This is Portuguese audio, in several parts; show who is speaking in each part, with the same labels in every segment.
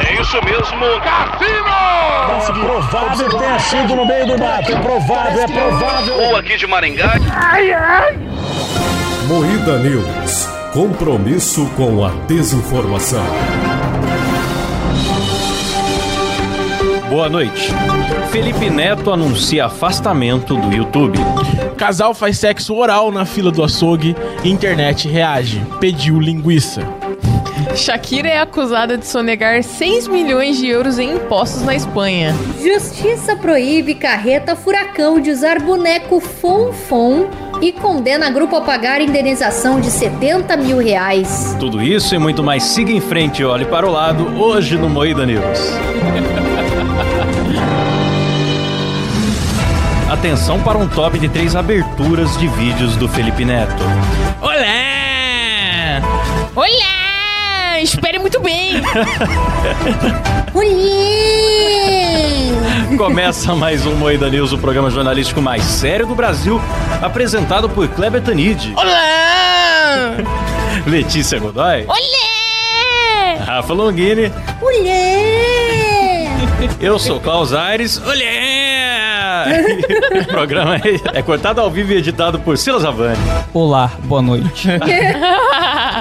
Speaker 1: É isso mesmo, Cassino!
Speaker 2: Mas provável tenha sido no meio do mato. É provável, é provável.
Speaker 1: Ou aqui de Maringá.
Speaker 3: Moída News. Compromisso com a desinformação.
Speaker 4: Boa noite. Felipe Neto anuncia afastamento do YouTube.
Speaker 5: Casal faz sexo oral na fila do açougue, internet reage. Pediu linguiça.
Speaker 6: Shakira é acusada de sonegar 6 milhões de euros em impostos na Espanha.
Speaker 7: Justiça proíbe carreta furacão de usar boneco fonfon e condena grupo a pagar indenização de 70 mil reais.
Speaker 4: Tudo isso e muito mais. Siga em frente e olhe para o lado hoje no Moída News. Atenção para um top de três aberturas de vídeos do Felipe Neto.
Speaker 5: Olé!
Speaker 6: Olá! Espere muito bem!
Speaker 7: Olhê!
Speaker 4: Começa mais um Moída News, o programa jornalístico mais sério do Brasil, apresentado por Kleber Tanid,
Speaker 5: Olá!
Speaker 4: Letícia Godoy,
Speaker 6: Olé!
Speaker 4: Rafa Longini,
Speaker 7: Olhê!
Speaker 4: eu sou Klaus Aires. Olé! o programa é, é cortado ao vivo e editado por Silas Avani.
Speaker 8: Olá, boa noite.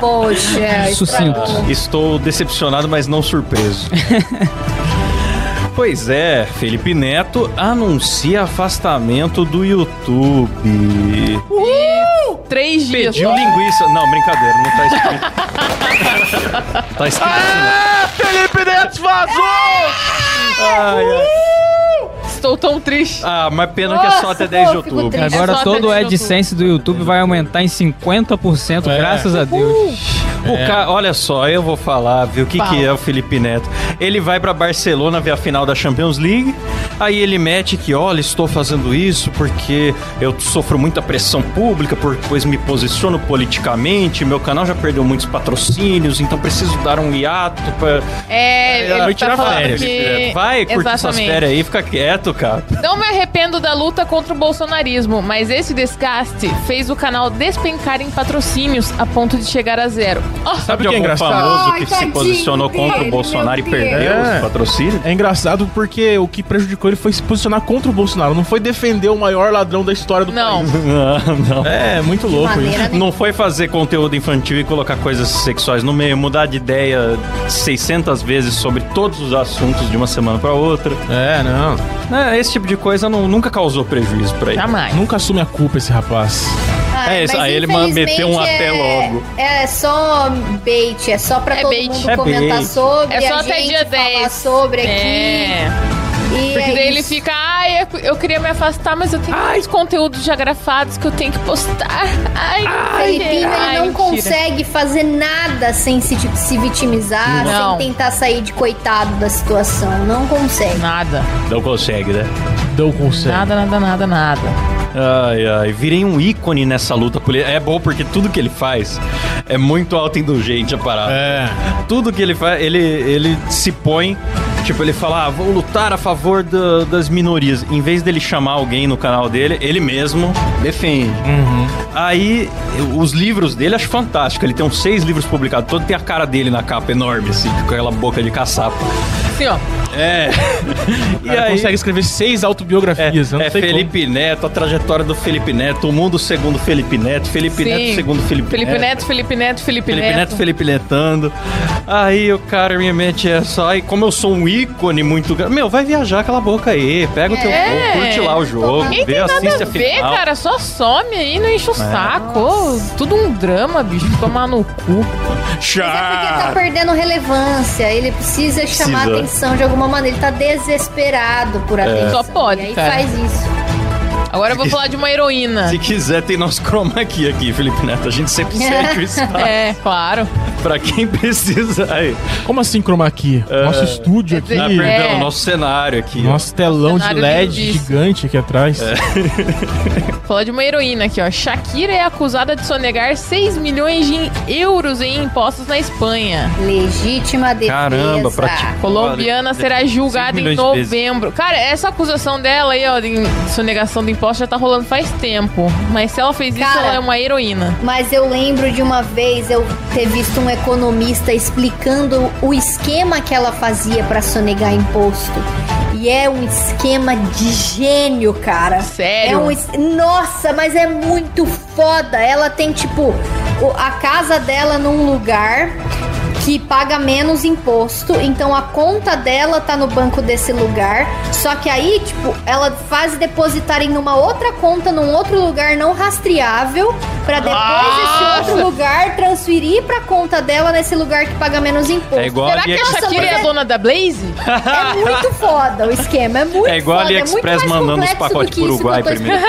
Speaker 7: Poxa,
Speaker 8: Sucinto.
Speaker 7: estragou.
Speaker 4: Estou decepcionado, mas não surpreso. Pois é, Felipe Neto anuncia afastamento do YouTube.
Speaker 6: Três dias.
Speaker 4: Pediu um linguiça. Não, brincadeira, não tá escrito. tá escrito assim.
Speaker 5: Ah, Felipe Neto vazou!
Speaker 4: não. Ai, ai.
Speaker 6: Estou tão triste.
Speaker 4: Ah, mas pena que é só até
Speaker 7: Nossa,
Speaker 4: 10 de
Speaker 7: pô, fico
Speaker 4: outubro.
Speaker 7: triste.
Speaker 6: É
Speaker 8: Agora
Speaker 6: só
Speaker 8: todo o
Speaker 6: até 10 de
Speaker 8: AdSense do YouTube vai aumentar em 50%,
Speaker 5: É.
Speaker 8: graças a Deus.
Speaker 4: O ca- Olha só, eu vou falar, viu, o que, que é o Felipe Neto. Ele vai pra Barcelona ver a final da Champions League, aí ele mete que, olha, estou fazendo isso porque eu sofro muita pressão pública, por- pois me posiciono politicamente, meu canal já perdeu muitos patrocínios, então preciso dar um hiato pra...
Speaker 6: É, ele
Speaker 5: vai
Speaker 6: tá
Speaker 5: tirar
Speaker 6: falando
Speaker 5: férias,
Speaker 6: que...
Speaker 4: É, Vai, curte essas
Speaker 6: Exatamente.
Speaker 4: férias aí, fica quieto, cara.
Speaker 6: Não me arrependo da luta contra o bolsonarismo, mas esse desgaste fez o canal despencar em patrocínios a ponto de chegar a zero. Oh,
Speaker 5: o que é
Speaker 4: Sabe de algum
Speaker 5: engraçado?
Speaker 4: famoso
Speaker 7: Ai,
Speaker 4: que se
Speaker 7: tadinho
Speaker 4: posicionou contra o
Speaker 7: dele,
Speaker 4: Bolsonaro e
Speaker 7: meu Deus.
Speaker 4: perdeu
Speaker 5: É.
Speaker 4: os patrocínios?
Speaker 5: É engraçado porque o que prejudicou ele foi se posicionar contra o Bolsonaro, não foi defender o maior ladrão da história do
Speaker 6: não.
Speaker 5: país.
Speaker 4: Não, não.
Speaker 5: É, muito louco isso.
Speaker 7: maneira
Speaker 4: Não foi fazer conteúdo infantil e colocar coisas sexuais no meio, mudar de ideia 600 vezes sobre todos os assuntos de uma semana pra outra.
Speaker 5: É, não.
Speaker 4: É, esse tipo de coisa não- nunca causou prejuízo pra ele.
Speaker 6: Jamais.
Speaker 5: Nunca assume a culpa esse rapaz.
Speaker 7: Ai,
Speaker 4: É isso,
Speaker 7: mas
Speaker 4: aí ele ma- meteu um
Speaker 7: infelizmente
Speaker 4: até
Speaker 7: é-
Speaker 4: logo.
Speaker 7: É só bait, é só pra
Speaker 6: É
Speaker 7: todo
Speaker 6: bait.
Speaker 7: mundo
Speaker 4: É
Speaker 7: comentar
Speaker 4: bait.
Speaker 7: sobre.
Speaker 6: É só
Speaker 7: a
Speaker 6: até
Speaker 7: gente
Speaker 6: dia
Speaker 7: falar
Speaker 6: 10.
Speaker 7: sobre aqui.
Speaker 6: É.
Speaker 7: E
Speaker 6: Porque
Speaker 7: é
Speaker 6: daí ele
Speaker 7: isso.
Speaker 6: fica, ai, eu, eu queria me afastar, mas eu tenho muitos conteúdos já gravados que eu tenho que postar. Ai,
Speaker 7: Felipinho, ele
Speaker 6: ai,
Speaker 7: não
Speaker 6: mentira.
Speaker 7: consegue fazer nada sem se, tipo, se vitimizar,
Speaker 6: Não.
Speaker 7: sem tentar sair de coitado da situação. Não consegue.
Speaker 6: Nada.
Speaker 4: Não consegue, né?
Speaker 5: Deu conselho.
Speaker 6: Nada, nada, nada, nada.
Speaker 4: Ai, ai. Virei um ícone nessa luta política. É bom porque tudo que ele faz é muito autoindulgente a parada.
Speaker 5: É.
Speaker 4: tudo que ele faz, ele, ele se põe. Tipo, ele fala, ah, vou lutar a favor da- das minorias. Em vez dele chamar alguém no canal dele, ele mesmo defende.
Speaker 5: Uhum.
Speaker 4: Aí, eu- os livros dele acho fantástico. Ele tem uns seis livros publicados, todo tem a cara dele na capa enorme, assim, com aquela boca de caçapa.
Speaker 6: Assim, ó.
Speaker 4: É. e
Speaker 5: Cara, consegue escrever seis autobiografias. eu não
Speaker 4: é
Speaker 5: sei
Speaker 4: Felipe Neto, a trajetória do Felipe Neto, o mundo segundo Felipe Neto, Felipe
Speaker 6: Sim.
Speaker 4: Neto segundo Felipe,
Speaker 6: Felipe
Speaker 4: Neto.
Speaker 6: Neto, Felipe Neto, Felipe,
Speaker 4: Felipe Neto,
Speaker 6: Neto.
Speaker 4: Felipe Netando. Aí o cara me mete essa. Aí, como eu sou um ícone muito grande. Meu, vai viajar, cala a boca aí. Pega o teu
Speaker 6: É.
Speaker 4: gol, curte lá o jogo.
Speaker 6: Ninguém
Speaker 4: Vê,
Speaker 6: tem
Speaker 4: assiste
Speaker 6: nada a
Speaker 4: a
Speaker 6: ver,
Speaker 4: final. É.
Speaker 6: cara. Só some aí, não enche o saco. Ô, Tudo um drama, bicho. Tomar no cu.
Speaker 7: Mas é porque tá perdendo relevância. Ele precisa chamar
Speaker 4: Precisa. É.
Speaker 7: atenção de alguma maneira. Ele tá desesperado por
Speaker 6: Só
Speaker 7: atenção.
Speaker 6: pode,
Speaker 7: E aí
Speaker 6: cara.
Speaker 7: faz isso.
Speaker 6: Agora eu vou falar de uma heroína.
Speaker 4: Se quiser, tem nosso chroma aqui, aqui, Felipe Neto. A gente sempre cede o espaço
Speaker 6: É, claro.
Speaker 4: pra quem precisa. Aí.
Speaker 5: Como assim, chroma key?
Speaker 4: É.
Speaker 5: Nosso estúdio aqui.
Speaker 4: Ah,
Speaker 6: é.
Speaker 4: perdão, nosso cenário aqui.
Speaker 5: Nosso telão de
Speaker 6: Cenário
Speaker 5: LED
Speaker 6: lindíssimo.
Speaker 5: gigante aqui atrás.
Speaker 4: É.
Speaker 6: Falar de uma heroína aqui, ó. Shakira é acusada de sonegar 6 milhões de euros em impostos na Espanha.
Speaker 7: Legítima defesa.
Speaker 4: Caramba, pra ti.
Speaker 6: Colombiana
Speaker 4: Olha,
Speaker 6: será julgada em
Speaker 4: milhões de vezes.
Speaker 6: novembro. Cara, essa acusação dela aí, ó, de sonegação de impostos já tá rolando faz tempo. Mas se ela fez isso,
Speaker 7: Cara.
Speaker 6: ela é uma heroína.
Speaker 7: Mas eu lembro de uma vez eu ter visto um economista explicando o esquema que ela fazia pra sonegar imposto. E é um esquema de gênio, cara.
Speaker 6: Sério?
Speaker 7: É um es- Nossa, mas é muito foda. Ela tem, tipo, o- a casa dela num lugar que paga menos imposto, então a conta dela tá no banco desse lugar, só que aí, tipo, ela faz depositarem numa outra conta, num outro lugar não rastreável, pra depois esse outro lugar transferir pra conta dela nesse lugar que paga menos imposto.
Speaker 4: É igual
Speaker 6: Será
Speaker 4: a
Speaker 6: que a
Speaker 4: Bia-
Speaker 7: Nossa,
Speaker 6: Shakira
Speaker 7: mas
Speaker 6: é a
Speaker 7: é-
Speaker 6: dona da Blaze?
Speaker 7: É muito foda o esquema, é muito
Speaker 4: É igual a
Speaker 7: foda,
Speaker 4: AliExpress
Speaker 7: é muito mais
Speaker 4: mandando os
Speaker 7: complexo do
Speaker 4: pacotes
Speaker 7: que
Speaker 4: pro
Speaker 7: isso que eu
Speaker 4: Uruguai
Speaker 7: tô
Speaker 4: primeiro.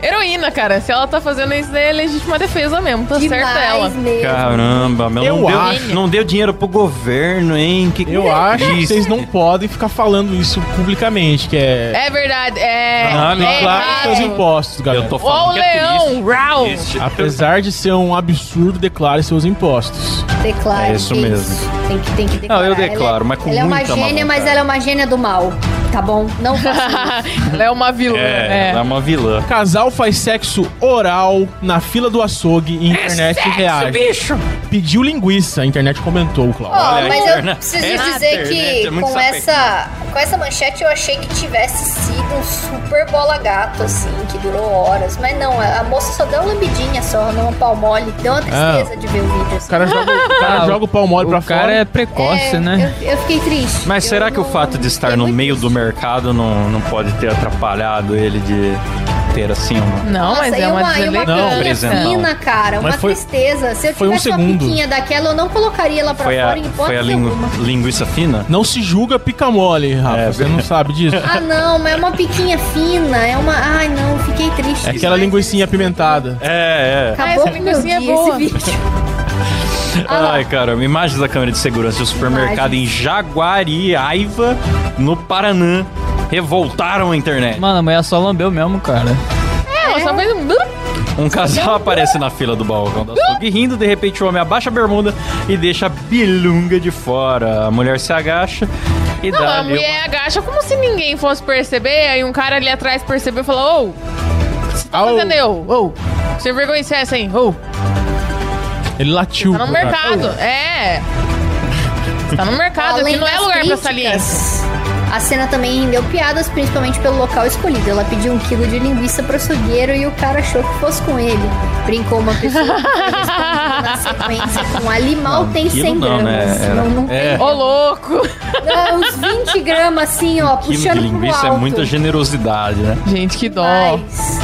Speaker 6: Heroína, cara. Se ela tá fazendo isso, daí é legítima defesa mesmo. Tá
Speaker 7: Demais
Speaker 6: certa ela.
Speaker 7: mesmo.
Speaker 4: Caramba, meu,
Speaker 5: Eu
Speaker 4: não,
Speaker 5: acho.
Speaker 4: deu, não deu dinheiro pro governo, hein? Que
Speaker 5: Eu
Speaker 4: que
Speaker 5: acho
Speaker 4: é
Speaker 5: que
Speaker 4: isso?
Speaker 5: vocês não podem ficar falando isso publicamente, que é.
Speaker 6: É verdade. É.
Speaker 4: Ah, não,
Speaker 6: é
Speaker 4: claro.
Speaker 5: Pague seus
Speaker 6: errado.
Speaker 5: impostos, galera.
Speaker 4: Eu tô
Speaker 6: Ó, o
Speaker 4: falando que é
Speaker 6: leão. Rau.
Speaker 4: triste. Triste.
Speaker 5: Apesar de ser um absurdo, declare seus impostos.
Speaker 7: Declare.
Speaker 4: É isso
Speaker 7: que
Speaker 4: mesmo.
Speaker 7: Tem que, tem que declarar.
Speaker 4: Não, eu
Speaker 7: Ela é-
Speaker 4: declaro, mas com
Speaker 7: Ela é uma
Speaker 4: muita má
Speaker 7: gênia, mas
Speaker 4: vontade.
Speaker 7: ela é uma gênia do mal. Tá bom? Não faça isso.
Speaker 6: ela é uma vilã.
Speaker 4: É,
Speaker 6: É.
Speaker 4: ela é uma vilã.
Speaker 5: Casal faz sexo oral na fila do açougue
Speaker 6: É
Speaker 5: e internet reage. Pediu linguiça, a internet comentou, Cláudio.
Speaker 7: Ó,
Speaker 4: Olha,
Speaker 7: mas
Speaker 4: a
Speaker 7: eu
Speaker 4: internet-
Speaker 7: preciso
Speaker 4: essa
Speaker 7: dizer
Speaker 4: internet
Speaker 7: que
Speaker 4: é muito
Speaker 7: com
Speaker 4: sapeca.
Speaker 7: essa, com essa manchete eu achei que tivesse sido um super bola gato, assim, que durou horas. Mas não, a a moça só deu uma lambidinha só, não uma palmole. Deu uma
Speaker 4: Ah,
Speaker 7: tristeza de ver o vídeo. Assim.
Speaker 5: O cara joga, o, cara
Speaker 8: Ah,
Speaker 5: joga o pau mole
Speaker 8: o
Speaker 5: pra
Speaker 8: cara
Speaker 5: fora.
Speaker 8: é
Speaker 7: É,
Speaker 8: precoce, né?
Speaker 7: Eu, eu fiquei triste.
Speaker 4: Mas
Speaker 7: Eu
Speaker 4: será que o
Speaker 7: não-
Speaker 4: fato de estar
Speaker 7: fiquei
Speaker 4: no
Speaker 7: É muito
Speaker 4: meio do
Speaker 7: triste.
Speaker 4: mercado não, não pode ter atrapalhado ele de ter assim uma.
Speaker 6: Não,
Speaker 7: Nossa,
Speaker 6: mas
Speaker 7: e
Speaker 6: é uma,
Speaker 7: uma, e uma
Speaker 6: deselegância.
Speaker 4: por
Speaker 7: coisa
Speaker 4: exemplo.
Speaker 7: fina, cara,
Speaker 5: Mas
Speaker 7: uma
Speaker 5: foi-
Speaker 7: tristeza. Se eu
Speaker 5: foi um
Speaker 7: tivesse uma
Speaker 5: segundo.
Speaker 7: piquinha daquela, eu não colocaria ela pra
Speaker 4: Foi a,
Speaker 7: fora em
Speaker 4: foi a
Speaker 7: hipótese
Speaker 4: lingu-
Speaker 7: alguma.
Speaker 4: linguiça fina?
Speaker 5: Não se julga pica mole, Rafa.
Speaker 4: É,
Speaker 5: Você não sabe disso.
Speaker 7: Ah, não, mas é uma piquinha fina, é uma... Ai, não, fiquei triste.
Speaker 5: É aquela
Speaker 7: demais.
Speaker 5: linguicinha apimentada.
Speaker 4: É, é.
Speaker 6: Ah,
Speaker 7: Acabou
Speaker 6: essa
Speaker 7: com o meu
Speaker 6: linguicinha é
Speaker 7: dia
Speaker 6: boa.
Speaker 7: esse vídeo. Ah, lá.
Speaker 4: Ai, cara, imagens da câmera de segurança do supermercado em Jaguariaiva, no Paranã, revoltaram a internet.
Speaker 8: Mano, a mulher só lambeu mesmo, cara.
Speaker 6: É, ela
Speaker 7: né?
Speaker 6: só fez um... blup.
Speaker 4: Um casal aparece na fila do balcão da açougue rindo, de repente o homem abaixa a bermuda e deixa a bilunga de fora. A mulher se agacha e
Speaker 6: Não,
Speaker 4: dá
Speaker 6: a
Speaker 4: ali uma-
Speaker 6: mulher agacha como se ninguém fosse perceber. Aí um cara ali atrás percebeu e falou: Ô, o que você tá
Speaker 5: Au.
Speaker 6: fazendo eu? Ô, você vergonha isso é essa, hein? Ô,
Speaker 5: Ele latiu.
Speaker 6: tá no
Speaker 5: cara.
Speaker 6: mercado. É. Você Tá no mercado, aqui
Speaker 7: Além
Speaker 6: não é
Speaker 7: das
Speaker 6: lugar pra
Speaker 7: críticas,
Speaker 6: saliência.
Speaker 7: A cena também rendeu piadas, principalmente pelo local escolhido. Ela pediu um quilo de linguiça pro açougueiro e o cara achou que fosse com ele. Brincou uma pessoa que foi respondida na sequência com animal
Speaker 4: Não,
Speaker 7: tem
Speaker 4: quilo
Speaker 7: 100
Speaker 4: não,
Speaker 7: gramas.
Speaker 4: né? Era-
Speaker 7: Não, não
Speaker 4: é.
Speaker 6: Ô, louco.
Speaker 7: tem. É, uns 20 gramas assim, ó,
Speaker 4: quilo
Speaker 7: puxando
Speaker 4: de linguiça
Speaker 7: pro
Speaker 4: é
Speaker 7: alto.
Speaker 4: muita generosidade, né?
Speaker 6: Gente, que dó.
Speaker 7: Mas-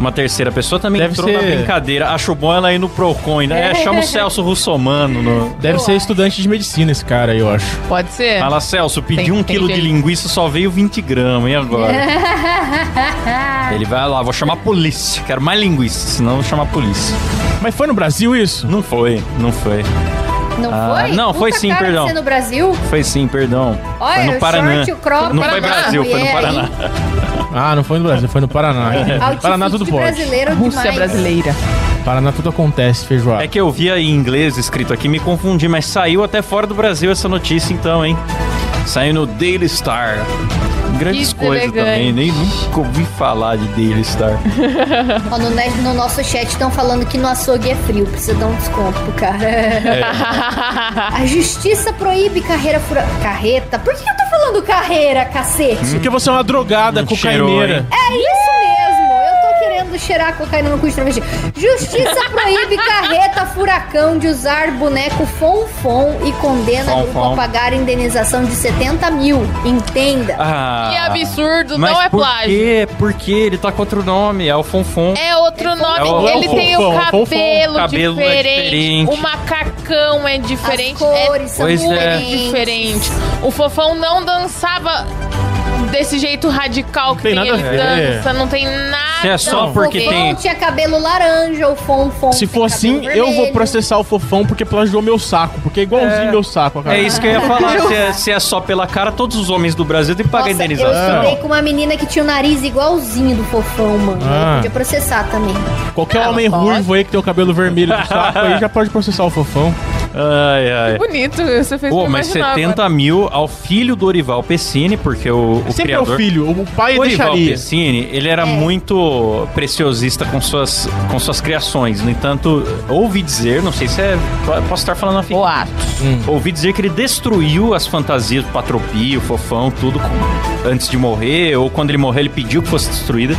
Speaker 4: Uma terceira pessoa também
Speaker 5: Deve
Speaker 4: entrou na
Speaker 5: ser-
Speaker 4: brincadeira. Achou bom ela ir no Procon, né? É, chama o Celso Russomano. No...
Speaker 5: Deve ser estudante de medicina esse cara, eu acho.
Speaker 6: Pode
Speaker 7: É.
Speaker 6: ser?
Speaker 4: Fala, Celso, pedi
Speaker 6: Tem-
Speaker 4: um
Speaker 6: tem
Speaker 4: quilo de
Speaker 6: jeito.
Speaker 4: linguiça, só veio 20 gramas, e agora? Ele vai lá, vou chamar a polícia. Quero mais linguiça, senão eu vou chamar a polícia.
Speaker 5: Mas foi no Brasil isso?
Speaker 4: Não foi, não foi.
Speaker 7: Não
Speaker 4: Ah,
Speaker 7: foi?
Speaker 4: não,
Speaker 7: Puta
Speaker 4: foi sim,
Speaker 7: cara de
Speaker 4: perdão.
Speaker 7: ser no Brasil?
Speaker 4: Foi sim, perdão.
Speaker 7: Olha,
Speaker 4: foi
Speaker 7: o
Speaker 4: no Paraná.
Speaker 7: short, o crop,
Speaker 4: não foi
Speaker 7: Paraná, É.
Speaker 4: Brasil, foi no
Speaker 7: mulher,
Speaker 4: Paraná.
Speaker 5: Ah, não foi no Brasil, foi no Paraná.
Speaker 7: Outfit
Speaker 5: Paraná tudo
Speaker 7: de
Speaker 5: pode.
Speaker 7: brasileiro
Speaker 6: Rússia
Speaker 7: demais.
Speaker 6: brasileira.
Speaker 5: Paraná tudo acontece, feijoada.
Speaker 4: É que eu via em inglês escrito aqui, me confundi, mas saiu até fora do Brasil essa notícia então, hein? Saiu no Daily Star. Grandes
Speaker 6: Que
Speaker 4: coisas
Speaker 6: elegante.
Speaker 4: também, nem nunca ouvi falar de Daily Star.
Speaker 7: Ó, no, ne- no nosso chat estão falando que no açougue é frio, precisa dar um desconto pro cara.
Speaker 6: É.
Speaker 7: A justiça proíbe carreira fura... Carreta? Por que eu tô falando carreira, cacete?
Speaker 5: Porque você é uma drogada,
Speaker 4: Não cheirou,
Speaker 5: cocaineira.
Speaker 4: hein?
Speaker 7: É isso mesmo! Eu tô querendo cheirar cocaína no cu de travesti. Justiça proíbe carreta furacão de usar boneco fonfon e condena
Speaker 4: Fonfon.
Speaker 7: o grupo a pagar indenização de 70 mil. Entenda.
Speaker 4: Ah,
Speaker 6: Que absurdo,
Speaker 4: mas
Speaker 6: não é
Speaker 4: por
Speaker 6: plágio.
Speaker 4: Quê? Por quê? Ele tá com outro nome, é o Fonfon.
Speaker 6: É outro nome.
Speaker 4: o-
Speaker 6: Ele
Speaker 4: é o
Speaker 6: tem o
Speaker 5: fofão, é o
Speaker 6: cabelo,
Speaker 5: fofão.
Speaker 4: Cabelo é
Speaker 6: diferente,
Speaker 4: diferente.
Speaker 6: O macacão é
Speaker 7: As
Speaker 6: diferente. é
Speaker 7: cores são
Speaker 4: Pois é.
Speaker 6: é
Speaker 7: diferentes.
Speaker 6: diferente. O fofão não dançava desse jeito radical que
Speaker 5: Tem
Speaker 6: tem,
Speaker 5: nada
Speaker 6: ele
Speaker 5: a ver.
Speaker 6: dança, não tem nada.
Speaker 4: Se é só
Speaker 6: a
Speaker 4: porque
Speaker 6: ver.
Speaker 7: Fofão
Speaker 4: tem-
Speaker 7: tinha cabelo laranja, o fonfon.
Speaker 5: Se
Speaker 7: tem
Speaker 5: for assim,
Speaker 7: cabelo
Speaker 5: eu vou
Speaker 7: vermelho.
Speaker 5: processar o fofão porque plagiou meu saco. Porque é igualzinho
Speaker 4: É.
Speaker 5: meu saco, cara.
Speaker 4: É isso que eu ia falar. se, é, se é só pela cara, todos os homens do Brasil têm que pagar
Speaker 7: Nossa, Eu
Speaker 4: indenização.
Speaker 7: estudei com uma menina que tinha o nariz igualzinho do fofão, mano.
Speaker 5: Ah.
Speaker 7: Eu podia processar também.
Speaker 5: Qualquer homem
Speaker 6: pode.
Speaker 5: ruivo aí que tem o cabelo vermelho do saco aí já pode processar o fofão.
Speaker 4: Ai, ai.
Speaker 6: Bonito, você fez
Speaker 4: Pô,
Speaker 6: me
Speaker 4: mas
Speaker 6: imaginar
Speaker 4: 70
Speaker 6: agora.
Speaker 4: mil ao filho do Orival Pessini, porque o, o
Speaker 5: Sempre é
Speaker 4: criador...
Speaker 5: o filho, o pai
Speaker 4: O Orival
Speaker 5: deixaria.
Speaker 4: Pessini, ele
Speaker 6: É.
Speaker 4: era muito preciosista com suas, com suas criações. No entanto, ouvi dizer, não sei se é. Posso estar falando afim.
Speaker 6: Boatos.
Speaker 4: Ouvi dizer que ele destruiu as fantasias do Patropio, Fofão, tudo com- antes de morrer, ou quando ele morreu, ele pediu que fosse destruída,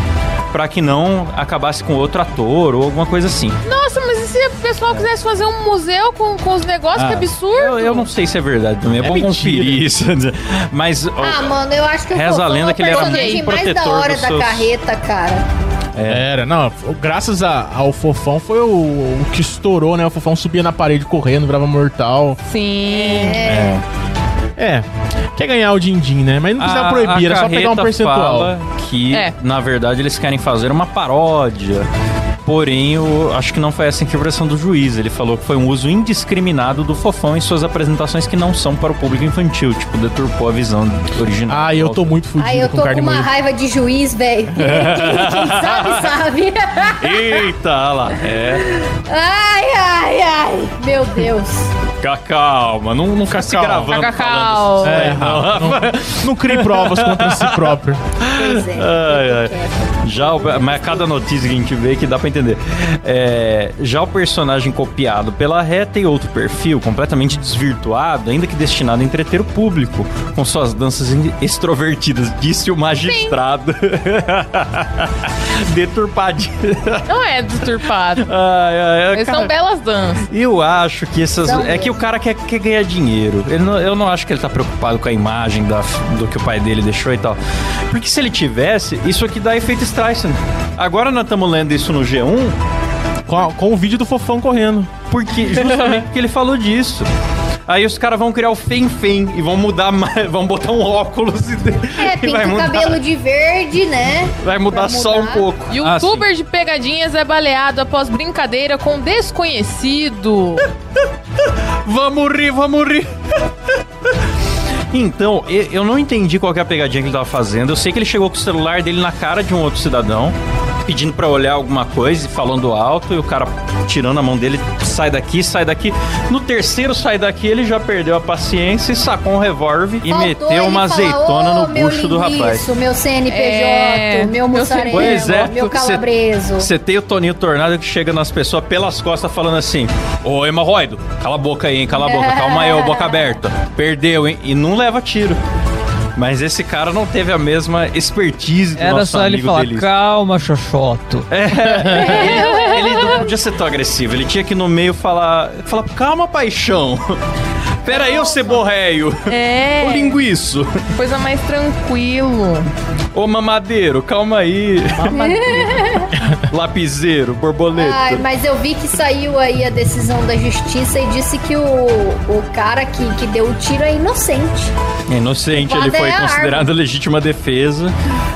Speaker 4: pra que não acabasse com outro ator ou alguma coisa assim.
Speaker 6: Nossa, mas e se o pessoal quisesse fazer um museu com, com os negócios? que
Speaker 4: Ah,
Speaker 6: absurdo.
Speaker 4: Eu, eu não sei se é verdade também. É,
Speaker 5: É
Speaker 4: bom
Speaker 5: mentira.
Speaker 4: conferir isso. Mas.
Speaker 7: Ah, mano, eu acho que o
Speaker 4: Reza a
Speaker 7: Fofão
Speaker 4: lenda
Speaker 7: é o
Speaker 4: que ele era
Speaker 7: personagem
Speaker 4: muito
Speaker 7: mais da
Speaker 4: protetor
Speaker 7: hora
Speaker 4: dos
Speaker 7: da
Speaker 4: seus-
Speaker 7: carreta, cara.
Speaker 5: Era, não, graças a- ao Fofão foi o, o que estourou, né? O Fofão subia na parede correndo, virava mortal.
Speaker 6: Sim.
Speaker 5: É, quer ganhar o din-din, né? Mas não precisava
Speaker 4: a-
Speaker 5: proibir,
Speaker 4: a
Speaker 5: era só pegar um
Speaker 4: carreta
Speaker 5: percentual.
Speaker 4: fala que,
Speaker 6: É.
Speaker 4: na verdade, eles querem fazer uma paródia. Porém, eu acho que não foi essa a interpretação do juiz. Ele falou que foi um uso indiscriminado do fofão em suas apresentações que não são para o público infantil. Tipo, deturpou a visão original.
Speaker 5: Ah, eu tô muito fudido
Speaker 7: Aí eu
Speaker 5: com
Speaker 7: tô com
Speaker 5: carne
Speaker 7: uma
Speaker 5: moída.
Speaker 7: raiva de juiz, velho. Quem sabe, sabe.
Speaker 4: Eita, olha lá. É.
Speaker 7: Ai, ai, ai. Meu Deus.
Speaker 4: Fica calma, não, não fica se
Speaker 5: Calma.
Speaker 4: gravando.
Speaker 6: Cacau.
Speaker 4: falando isso.
Speaker 5: É, não, não crie provas contra si próprio.
Speaker 7: Pois é.
Speaker 4: Ai, ai.
Speaker 7: Quieto.
Speaker 4: Já, o- mas a cada notícia que a gente vê que dá pra entender. É, já o personagem copiado pela ré tem outro perfil, completamente desvirtuado, ainda que destinado a entreter o público, com suas danças in- extrovertidas, disse o magistrado. Deturpadinho.
Speaker 6: Não é deturpado.
Speaker 4: Ai, ai, ai,
Speaker 6: Mas
Speaker 4: cara,
Speaker 6: são belas danças.
Speaker 4: Eu acho que essas.
Speaker 7: São
Speaker 4: É que o
Speaker 7: mesmo.
Speaker 4: cara quer, quer ganhar dinheiro. Ele não- eu não acho que ele tá preocupado com a imagem da- do que o pai dele deixou e tal. Porque se ele tivesse, isso aqui dá efeito Streisand. Agora nós estamos lendo isso no G1
Speaker 5: Com, a- com o vídeo do Fofão correndo.
Speaker 4: porque justamente porque ele falou disso. Aí os caras vão criar o Fem-Fem e vão mudar, mais- vão botar um óculos e,
Speaker 7: É,
Speaker 4: e vai
Speaker 7: pinta o
Speaker 4: mudar,
Speaker 7: cabelo de verde, né?
Speaker 4: vai mudar
Speaker 7: pra
Speaker 4: só um
Speaker 7: mudar.
Speaker 4: pouco.
Speaker 6: Youtuber de pegadinhas é baleado após brincadeira com desconhecido.
Speaker 4: Ah, sim. Vamos rir, vamos rir. Então, e- eu não entendi qual que é a pegadinha que ele tava fazendo. Eu sei que ele chegou com o celular dele na cara de um outro cidadão, pedindo pra olhar alguma coisa e falando alto, e o cara tirando a mão dele, sai daqui, sai daqui. No terceiro sai daqui, ele já perdeu a paciência e sacou um revólver e
Speaker 7: Faltou ele
Speaker 4: meteu uma
Speaker 7: falar,
Speaker 4: azeitona no
Speaker 7: "Ô, meu
Speaker 4: bucho do rapaz.
Speaker 7: linguiço, meu CNPJ,
Speaker 6: É,
Speaker 7: meu
Speaker 6: meu
Speaker 7: mussarela,
Speaker 4: Pois é,
Speaker 7: meu
Speaker 4: cê-
Speaker 7: calabreso.
Speaker 4: Você tem o Toninho Tornado que chega nas pessoas pelas costas falando assim: Ô hemorroido, cala a boca aí, hein? Cala a boca, calma aí, ô boca aberta. Perdeu, hein? E não leva tiro. Mas esse cara não teve a mesma expertise do
Speaker 8: Era
Speaker 4: nosso
Speaker 8: só ele
Speaker 4: amigo
Speaker 8: falar,
Speaker 4: delícia.
Speaker 8: calma, Xoxoto.
Speaker 4: É, ele, ele não podia ser tão agressivo, ele tinha que no meio falar. falar calma, paixão. Pera aí, ô ceborreio.
Speaker 6: É.
Speaker 4: Ô linguiço.
Speaker 6: Coisa mais tranquilo.
Speaker 4: Ô mamadeiro, calma aí. Lapiseiro, borboleta.
Speaker 7: Ai, mas eu vi que saiu aí a decisão da justiça e disse que o, o cara que, que deu o tiro é inocente.
Speaker 4: É Inocente,
Speaker 7: Culpado
Speaker 4: ele foi
Speaker 7: é a
Speaker 4: considerado legítima defesa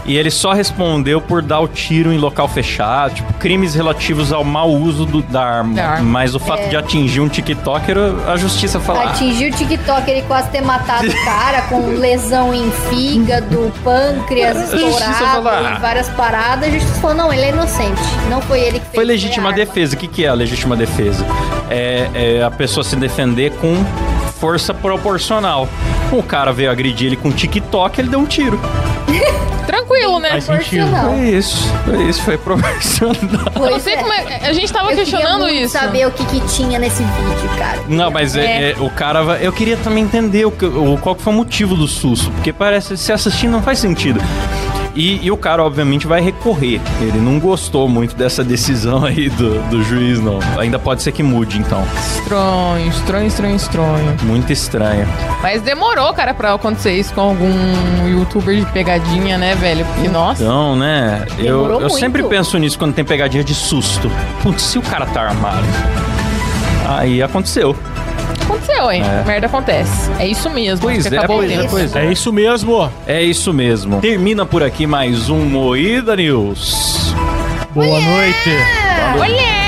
Speaker 4: e ele só respondeu por dar o tiro em local fechado, tipo, crimes relativos ao mau uso do- da, arma.
Speaker 6: Da arma.
Speaker 4: Mas o fato de atingir um TikToker, a justiça "Ah, falar.
Speaker 7: Atingiu o TikTok, ele quase ter matado o cara com lesão em fígado, pâncreas
Speaker 4: A justiça falou,
Speaker 7: estourado,
Speaker 4: ah.
Speaker 7: e várias paradas. A justiça falou, não, ele é inocente. Não foi ele que fez.
Speaker 4: Foi legítima
Speaker 7: a arma.
Speaker 4: defesa. O que, que é a legítima defesa? É, é a pessoa se defender com força proporcional. O cara veio agredir ele com TikTok, ele deu um tiro.
Speaker 6: Tranquilo, né?
Speaker 5: Faz sentido.
Speaker 7: Não.
Speaker 4: Foi isso, foi isso, foi proporcional.
Speaker 6: Eu
Speaker 7: Pois
Speaker 6: não sei
Speaker 7: é.
Speaker 6: como é. A gente tava
Speaker 7: Eu queria
Speaker 6: questionando
Speaker 7: muito
Speaker 6: isso.
Speaker 7: saber o que, que tinha nesse vídeo, cara.
Speaker 4: Não, mas é, é, o cara. vai- Eu queria também entender o, que- o- qual que foi o motivo do susto, porque parece se assistir não faz sentido. E, e o cara, obviamente, vai recorrer. Ele não gostou muito dessa decisão aí do, do juiz, não. Ainda pode ser que mude, então.
Speaker 6: Estranho, estranho, estranho, estranho.
Speaker 4: Muito estranho.
Speaker 6: Mas demorou, cara, pra acontecer isso com algum youtuber de pegadinha, né, velho? Porque, nossa.
Speaker 4: Então, né? Eu,
Speaker 7: Demorou
Speaker 4: eu
Speaker 7: muito.
Speaker 4: sempre penso nisso quando tem pegadinha de susto. Putz, se o cara tá armado. Aí aconteceu.
Speaker 6: Aconteceu, hein?
Speaker 4: É.
Speaker 6: Merda acontece. É isso mesmo.
Speaker 4: Pois
Speaker 6: acho que
Speaker 4: é,
Speaker 6: acabou o
Speaker 4: pois é,
Speaker 6: tempo.
Speaker 4: pois
Speaker 5: É
Speaker 4: é.
Speaker 5: isso mesmo.
Speaker 4: É isso mesmo. Termina por aqui mais um Moída News.
Speaker 5: Boa noite.
Speaker 4: é.
Speaker 6: Olha!